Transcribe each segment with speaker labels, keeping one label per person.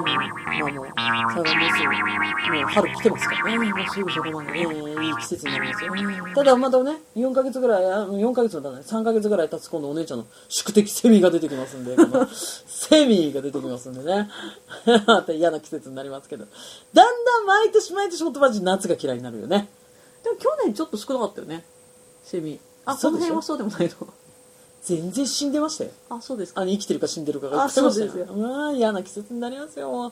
Speaker 1: あの、それがもうすぐ、もう春来てますからね。
Speaker 2: うん、もうすぐそこまで
Speaker 1: え
Speaker 2: ね。
Speaker 1: ーいい季節になりますよ。
Speaker 2: うん
Speaker 1: ただまたね、4ヶ月ぐらい、あ4ヶ月も経たない、3ヶ月ぐらい経つ今度お姉ちゃんの宿敵セミが出てきますんで、この セミが出てきますんでね。また嫌な季節になりますけど。だんだん毎年毎年ほんとマジ夏が嫌いになるよね。
Speaker 2: でも去年ちょっと少なかったよね。セミ。あ、
Speaker 1: そ
Speaker 2: こ
Speaker 1: う
Speaker 2: の
Speaker 1: でし
Speaker 2: 辺
Speaker 1: ょ
Speaker 2: はそうでもないの。
Speaker 1: 全然死んでましたよ。
Speaker 2: あ、そうです か。
Speaker 1: あの、生きてるか死んでるかが
Speaker 2: あそうですよ
Speaker 1: まあ、嫌な季節になりますよ、もう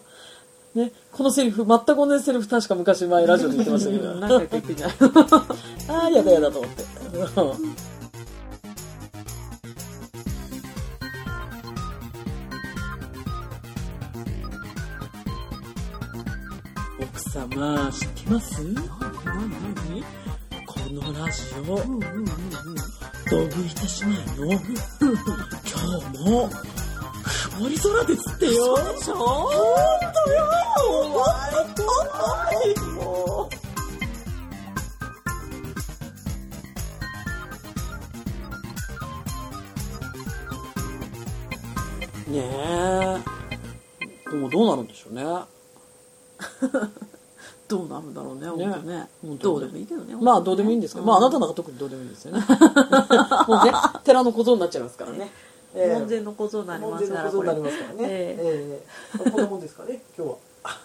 Speaker 1: ね、このセリフ、全く同じセリフ、確か昔前ラジオで言ってましたけど。
Speaker 2: うん何回か言ってんじゃ ない
Speaker 1: ああ、やだやだと思って。うん奥様、知ってますこのラジオ、ドブいたしまいの、今日も、曇り空ですってよ。
Speaker 2: そうでしょ
Speaker 1: ほんとよもうねえでもどうなるんでしょうね
Speaker 2: どうなるんだろうね、本当ね。
Speaker 1: 本当
Speaker 2: どう
Speaker 1: に
Speaker 2: でもいいけどね。
Speaker 1: まあどうでもいいんですけど、まああなた
Speaker 2: の
Speaker 1: なんか特にどうでもいいんですよね もうね寺の小僧になっちゃいますからね、ええ
Speaker 2: 門前の小僧になりますから、
Speaker 1: 門
Speaker 2: こ
Speaker 1: 前
Speaker 2: れ
Speaker 1: の。小僧になりますからね
Speaker 2: え
Speaker 1: ええこんなもんですかね今日は あ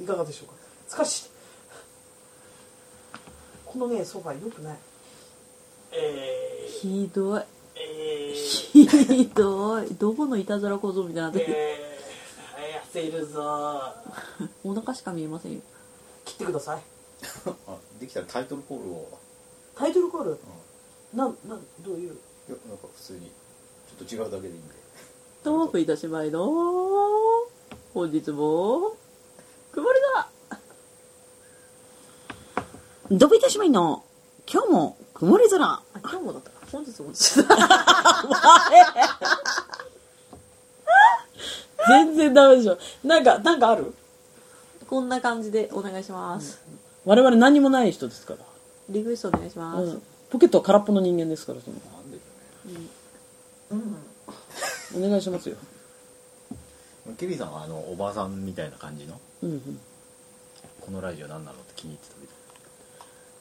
Speaker 1: いかがでしょうかしかしこのねソファ良くないえ
Speaker 2: ひどい。
Speaker 1: ー、えー、
Speaker 2: ひどい。どこのいたずら小僧みたいな。
Speaker 1: えー、痩せるぞ
Speaker 2: お腹しか見えませんよ。
Speaker 1: 切ってください
Speaker 3: あできたらタイトルコールを、
Speaker 1: タイトルコール
Speaker 3: うん、
Speaker 1: なんなんどういう
Speaker 3: いやなんか普通にちょっと違うだけでいいんで
Speaker 2: どうもいたしまいの。本日も、曇りだどうもいたしまいの。今日も曇り空。あ、今日もだったか。本日もです。
Speaker 1: 全然ダメでしょなんかなんかある
Speaker 2: こんな感じでお願いします。
Speaker 1: 我々何もない人ですか
Speaker 2: リクエストお願いし
Speaker 1: ら、
Speaker 2: ます。
Speaker 1: うんポケットは空っぽの人間ですからその
Speaker 3: なんでだよ
Speaker 1: お願いしますよ、
Speaker 3: ねケリーさんはあのおばあさんみたいな感じの
Speaker 1: うんうん、
Speaker 3: このラジオ何なのって気に入ってたみ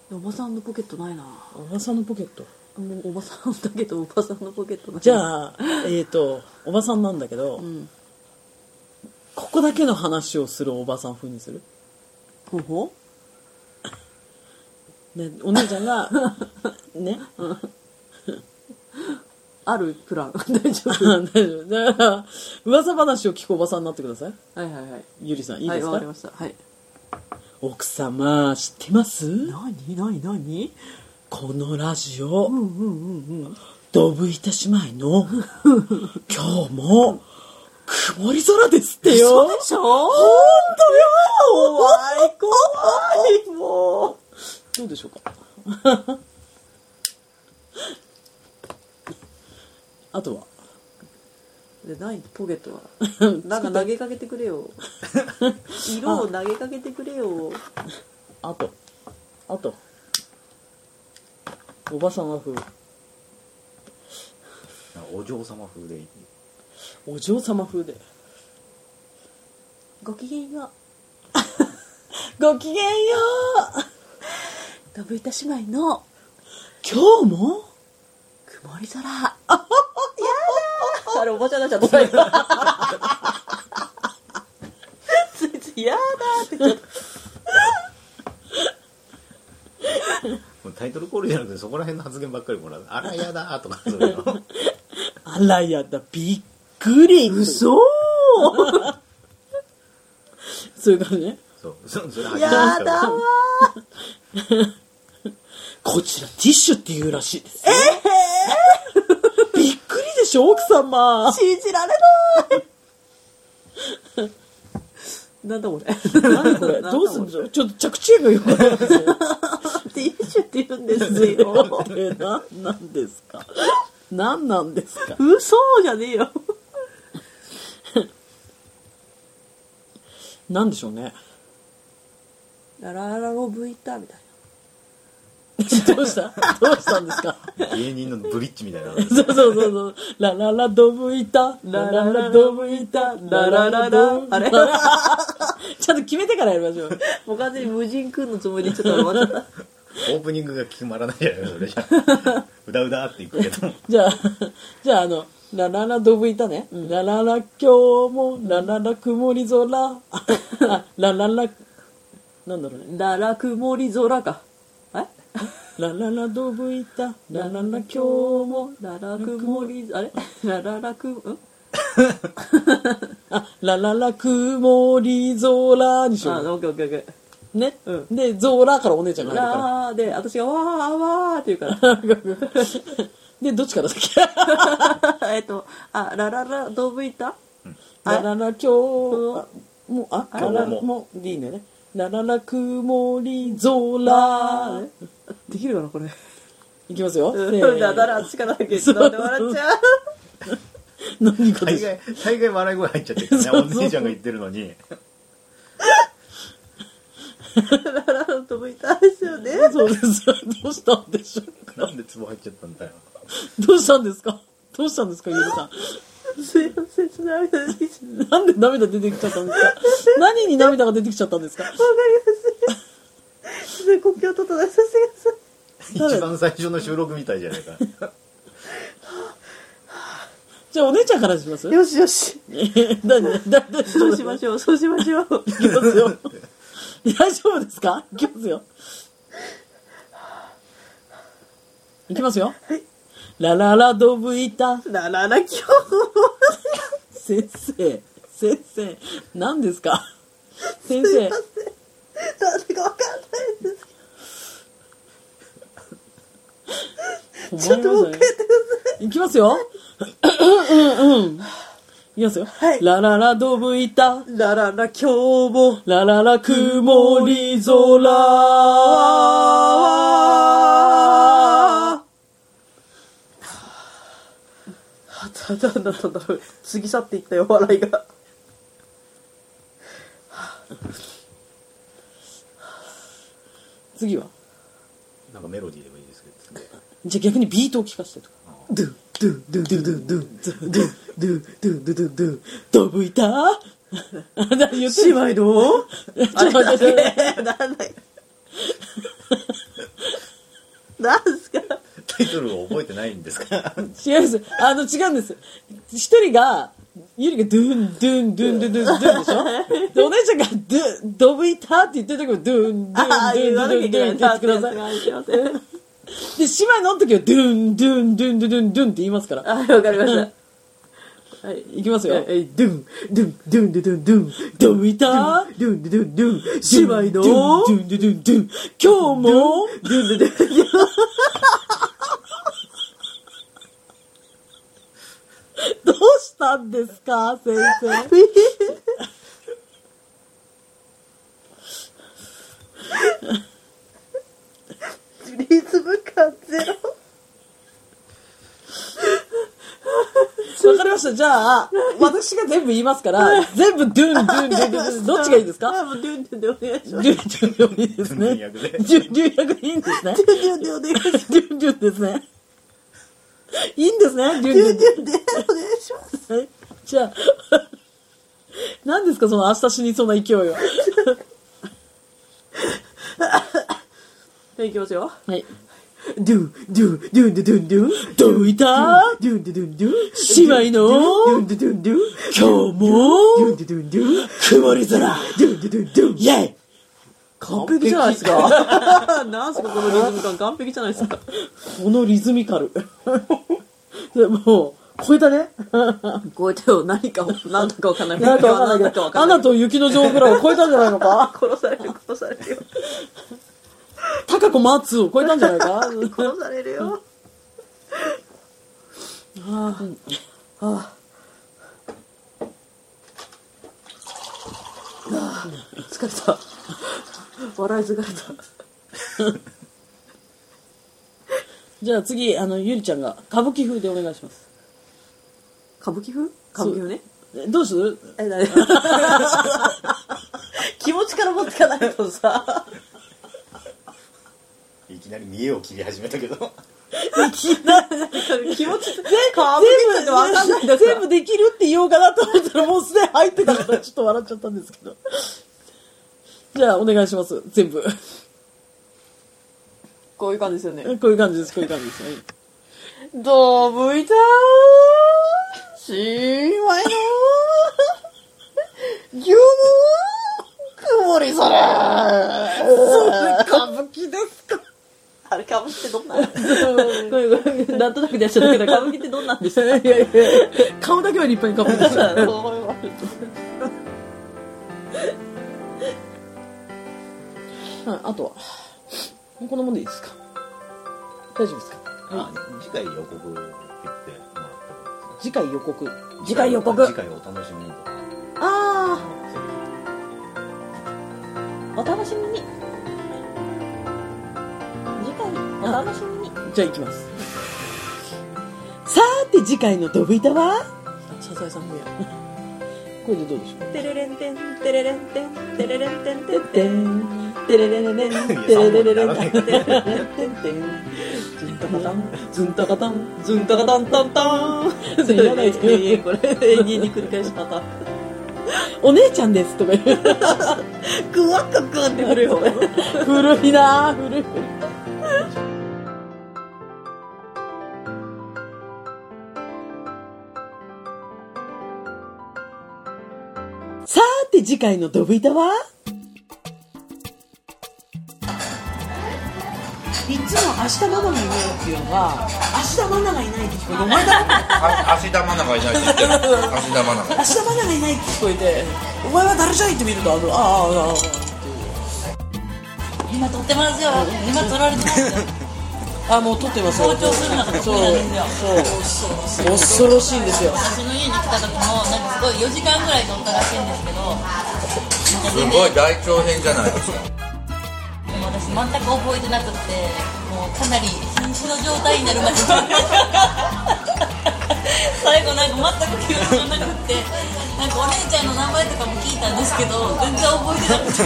Speaker 3: たい
Speaker 2: おばさんのポケットないな。
Speaker 1: おばさんのポケット
Speaker 2: もうおばさんだけど、おばさんのポケットない。
Speaker 1: じ
Speaker 2: あ、
Speaker 1: ゃあえっ、とおばさんなんだけど、
Speaker 2: うん。
Speaker 1: ここだけの話をするおばさん風にする、
Speaker 2: ほうほ
Speaker 1: ね、お姉ちゃん がね
Speaker 2: あるプラン。 大丈
Speaker 1: あ大丈夫だから 噂話を聞くおばさんになってください
Speaker 2: 夫。はいはいはい。
Speaker 1: ゆりさんいいですか,、
Speaker 2: はい、わかりました。はい。
Speaker 1: 奥様知ってます
Speaker 2: なになになに
Speaker 1: このラジオ
Speaker 2: うんうんうんうん。
Speaker 1: ドブいたしまい の今日も曇り空ですってよ
Speaker 2: 嘘でしょ
Speaker 1: ほんとよ
Speaker 2: 怖い怖いも
Speaker 1: どうでしょうか あとは
Speaker 2: うでないポケッ トはなんか投げかけてくれよ 色を投げかけてくれよ
Speaker 1: あと、あと、おばさま風、
Speaker 3: ななんかお嬢様風でいい
Speaker 1: お嬢様風で。
Speaker 2: ごきげんよう
Speaker 1: ごきげんよう
Speaker 2: ダブイタ姉妹の
Speaker 1: 今日も
Speaker 2: 曇り空やだーあれおばちゃんになっちゃったついついやだーって言っちゃっ
Speaker 3: もうタイトルコールじゃなくてそこら辺の発言ばっかりもらうあらやだーとかそういう の
Speaker 1: あらやだ、びっくり
Speaker 2: た
Speaker 1: 嘘 そういう感じね。
Speaker 3: そうそそれ初めて
Speaker 2: や
Speaker 3: 聞いた
Speaker 2: だわ
Speaker 1: こちらティッシュっていうらしいです。ええびっくりでしょ、奥様
Speaker 2: ー。信じられないなんだこれ
Speaker 1: 何これどうするんでしょうちょっと着地がよくわかんない ですよ。
Speaker 2: ティッシュって言うんです
Speaker 1: こ
Speaker 2: よ。
Speaker 1: れ何なんですか何なんですか
Speaker 2: 嘘じゃねえよ。
Speaker 1: 何でしょうね。
Speaker 2: ラララロブイタみたい
Speaker 1: どうしたどうしたんですか
Speaker 3: 芸人のブリッジみたいな。
Speaker 1: そうそうそうそう。ラララドブイタ、ラララドブイタ、ラララドブイタ。
Speaker 2: あれ
Speaker 1: ちゃんと決めてからやりましょう。
Speaker 2: もう完全に無人君のつもりでちょっ と待っ
Speaker 3: オープニングが決まらないじゃないですか、それじゃ。うだうだっていくけ ど。
Speaker 1: じゃあ、じゃあ、あの、ラララドブイタね。ラララ今日も、ラララ曇り空。あラララ、なんだろうね。
Speaker 2: た。だら曇り空か。え
Speaker 1: ラララドブイタ、ラララ今日
Speaker 2: 今日
Speaker 1: も。
Speaker 2: も、だら曇り、あれ だららく、ん
Speaker 1: あ、ラララ曇り空にし
Speaker 2: あ、
Speaker 1: よ
Speaker 2: オッケーオッケーオッケー。
Speaker 1: う。ね。
Speaker 2: う
Speaker 1: で、ゾーラからお姉ちゃんが入るから。
Speaker 2: ラーで、私がわーわーって言うか
Speaker 1: で、どっちから先
Speaker 2: ら。 えっと、あ、ラララ、どぶいたあ
Speaker 1: ラララ今日、あもう、あ、
Speaker 3: あ
Speaker 1: ラララ
Speaker 3: もう
Speaker 1: もう、いいんだよね。ラララ曇り
Speaker 2: ラ
Speaker 1: 空。
Speaker 2: ーできるかな、これ。
Speaker 1: いきますよ。せー
Speaker 2: だだら、力だけ。なんで笑っちゃう。
Speaker 1: 何これ
Speaker 3: 大。概、大概笑い声入っちゃってるからね。お姉ちゃんが言ってるのに。
Speaker 2: ラララ、どぶいたですよね。
Speaker 1: そうです。どうしたんでしょうか
Speaker 3: なんでツボ入っちゃったんだよ。
Speaker 1: どうしたんですかどうしたんですかゆりさ
Speaker 2: すいません、ちょっと涙出てきちゃった。
Speaker 1: ん。なんで涙出てきちゃったんですか何に涙が出てきちゃったんですか
Speaker 2: わかりません。ちょっと国境を整えさせてください。
Speaker 3: 一番最初の収録みたいじゃないか。
Speaker 1: じゃあお姉ちゃんからします
Speaker 2: よしよし。
Speaker 1: 何誰誰
Speaker 2: そうしましょう、そうしましょう。
Speaker 1: いきますよ。大丈夫ですかいきますよ。いきますよ。ラララドブイタ、
Speaker 2: ラララ、今日も。
Speaker 1: 先生、先生、何ですか先生、
Speaker 2: なんだかわかんないです。ち
Speaker 1: 困
Speaker 2: ょっともう一回やってください。
Speaker 1: いきますよ。うんうんうん。いきますよ。
Speaker 2: はい
Speaker 1: ラララドブイタ、
Speaker 2: ラララ、今日も。
Speaker 1: ラララ曇り空。
Speaker 2: あただなんだったんだろう過ぎ去っていったよ笑いが
Speaker 1: 次は
Speaker 3: なんかメロディーでもいいですけど。
Speaker 1: じゃあ逆にビートを聞かせてとか。
Speaker 2: ドゥドゥドゥドゥドゥドゥドゥドゥドゥドゥドゥドゥ
Speaker 1: ドブイタ言って
Speaker 2: 姉妹の
Speaker 1: ちょっと待って
Speaker 2: なんだいなんすか
Speaker 3: タイトルを覚えてないんですか
Speaker 1: 違うんです。あの、違うんです。一人が、ゆりがドゥン、ドゥン、ドゥン、ドゥン、ドゥン、ドゥンでしょで、お姉ちゃんがドゥ、ドブイターって言ってる時もドゥン、ド
Speaker 2: あ
Speaker 1: ゥ
Speaker 2: あ言
Speaker 1: ン、ド
Speaker 2: わなきゃ
Speaker 1: ゥ
Speaker 2: い
Speaker 1: ン、ド
Speaker 2: け
Speaker 1: ゥ
Speaker 2: な
Speaker 1: ン、
Speaker 2: い
Speaker 1: ドゥンって言ってください。
Speaker 2: すいませ
Speaker 1: で、
Speaker 2: ん
Speaker 1: 姉妹の時はドゥン、ドゥン、ドゥン、ドゥン、ドゥンって言いますから。
Speaker 2: あわかりましたはい
Speaker 1: いきますよ。
Speaker 2: えドゥンドゥンドゥンドゥンドゥン
Speaker 1: ドブイター
Speaker 2: ドゥンドゥンドゥンドゥン姉妹の
Speaker 1: ドゥン、ドゥン、ドゥン、ドゥン。今日も、
Speaker 2: ドゥンドゥンドゥン
Speaker 1: どうしたんですか、先生。
Speaker 2: リズム感ゼロ
Speaker 1: わかりました。じゃあ、私が全部言いますから、全部ドゥン、ドゥン、ドゥン、ドゥンドゥン、どっちがいいですか
Speaker 2: あもうドゥンドゥンでお願いし
Speaker 1: ド
Speaker 2: ます
Speaker 1: ゥン、ドゥンでもいいですね。
Speaker 3: ドゥンドゥン役で
Speaker 1: ドゥン、ドゥン役でいいんですね。
Speaker 2: ドゥンドゥンでお願いします
Speaker 1: ドゥン、ドゥンですね。いいんですね、ドゥン、
Speaker 2: ド
Speaker 1: ド
Speaker 2: ゥ
Speaker 1: ゥ
Speaker 2: ン
Speaker 1: ン
Speaker 2: ドゥンでお願いします
Speaker 1: はいじゃあ、何ですか、その明日死にそうな勢いは。
Speaker 2: じゃあいきますよ
Speaker 1: はい。
Speaker 2: ドゥンドゥンドゥンドゥンドゥン
Speaker 1: どういた
Speaker 2: ドゥンドゥンドゥンド
Speaker 1: 姉妹の、
Speaker 2: ゥンドゥンドゥン
Speaker 1: 今日も、
Speaker 2: ドゥンドゥンドゥンドゥン
Speaker 1: 曇り空、
Speaker 2: ドゥンドゥンドゥンドゥン
Speaker 1: イェイ
Speaker 2: 完璧じゃないですかなんすかこのリズム感完璧じゃないですか
Speaker 1: このリズミカル。でもう、超えたね。
Speaker 2: 超えたよ何 かを何だかわかんな い
Speaker 1: なんかわかんないけど、アナと雪の女王ぐらいを超えたんじゃないの か
Speaker 2: 殺される殺されるよ
Speaker 1: 高子松を超えたんじゃないか
Speaker 2: 殺されるよああああ疲れた笑い疲れた
Speaker 1: じゃあ次、あの、ゆりちゃんが歌舞伎風でお願いします。
Speaker 2: 歌舞伎風歌舞伎風ね
Speaker 1: えどうする
Speaker 2: え誰 気持ちから持ってかないとさ
Speaker 3: いききなり見栄を切り始めたけど
Speaker 2: 気持ち全部
Speaker 1: 全
Speaker 2: てわかんないんだ
Speaker 1: 部、
Speaker 2: から
Speaker 1: 全部できるって言おうかなと思ったら、もうすでに入ってたから、ちょっと笑っちゃったんですけど。じゃあ、お願いします。全部。
Speaker 2: こういう感じですよね
Speaker 1: こういう感じです、こういう感じです。はい
Speaker 2: どぶいたーしーまいのーぎゅー曇り空
Speaker 1: 歌舞伎ですか
Speaker 2: あれ、歌舞伎ってどんなんなんとなく出しちゃったけど、歌舞伎ってどんなんでした
Speaker 1: いやいやいや顔だけは立派に歌舞伎でした。はい、 あとは、こんなもんでいいですか大丈夫ですか
Speaker 3: あ次回予告って言ってもらったか
Speaker 1: 次回予告。
Speaker 3: ら
Speaker 1: 次回予告。
Speaker 3: 次回お楽しみにとか
Speaker 1: あ
Speaker 2: お楽しみに。次回、お楽しみに。
Speaker 1: あ、じゃあ行きます。さーて次回のドブ板はサザエさん風や。これでどうでしょう
Speaker 2: テレレンテン、テレレンテン、テレレンテンテン
Speaker 1: て
Speaker 2: テン。
Speaker 1: んてれれれれんてれれれれんてんてんてんてんずんたかたんずんたかたんずんたかたんたんたん
Speaker 2: それ
Speaker 1: いらない
Speaker 2: 永遠これ永遠に繰り返しパターン
Speaker 1: お姉ちゃんですとか言う
Speaker 2: グワッグワってくるよ
Speaker 1: 古いなぁ古いさーて次回のドブ板は
Speaker 4: いつも明日ママがいないっていうのが明日ママがいないって聞こえてお前だろ
Speaker 5: あ芦田愛菜がいないって言ってる芦田
Speaker 4: 明日ママが
Speaker 5: 愛菜が
Speaker 4: いないって聞こえてお前は誰じゃいって見るとあのあああああ
Speaker 6: 今撮ってますよ今撮られてますよ
Speaker 4: ああもう撮ってますよ
Speaker 6: 膨張するのが得意なんです
Speaker 4: そう
Speaker 6: よ
Speaker 4: 恐ろしいんですよ
Speaker 6: 私の家に来た時もなんかすごい4時間ぐらい撮ったらしいんですけど
Speaker 5: すごい大長編じゃないですか
Speaker 6: でも私全く覚えてなくってもうかなり瀕死の状態になる まで最後なんか全く記憶がなくってなんかお姉ちゃんの名前とかも聞いたんですけど全然覚えてなくて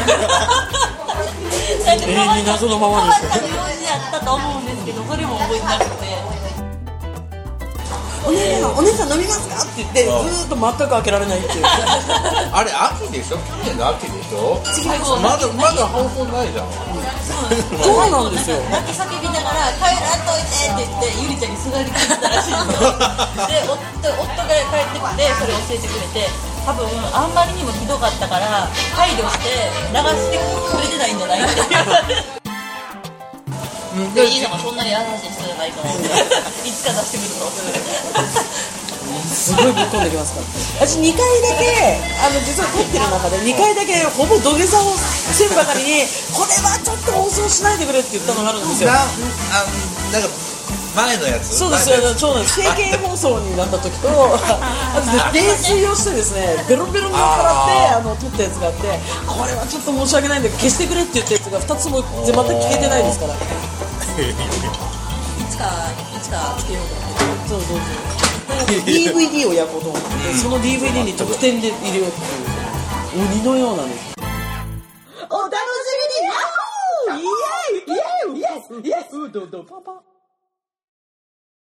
Speaker 4: 永遠に謎のままに
Speaker 6: 変わった名字やったと思うんですけどそれも覚えてなくて。
Speaker 4: お姉さんお姉さん飲みますかって言ってずーっと全く開けられないっていう
Speaker 5: あれ秋でしょ去年の秋でしょ
Speaker 6: 最後
Speaker 5: まだまだ放送ないじゃん
Speaker 4: そうなんですよ
Speaker 6: 泣き叫びながら「帰らんといて」って言ってゆりちゃんにすがりついてたらしいんですよで夫夫が帰ってきてそれ教えてくれて多分あんまりにもひどかったから配慮して流してくれてないんじゃないって 言われてでいいのがそんなに優しい人じゃないからいつか出してみるぞ
Speaker 4: すごいぶっ込んできますから私2回だけあの実は撮ってる中で2回だけほぼ土下座をしてるばかりにこれはちょっと放送しないでくれって言ったのがあるんですよ
Speaker 5: なあなんか前のやつ
Speaker 4: そうです
Speaker 5: 前の
Speaker 4: よ、
Speaker 5: やつ
Speaker 4: そうなんです。政見放送になった時 と、あとね泥酔をしてですね、ベロベロに酔っ払って、あの撮ったやつがあって、これはちょっと申し訳ないんで消してくれって言ったやつが二つも全く消えてないですから。
Speaker 6: いつかいつかつけようか
Speaker 4: そうそうそう。DVD を焼こうと思って、その DVD に特典で入れようっていう鬼のようなね。お楽しみに。イエイイエイイエスイエス。うどどパパ。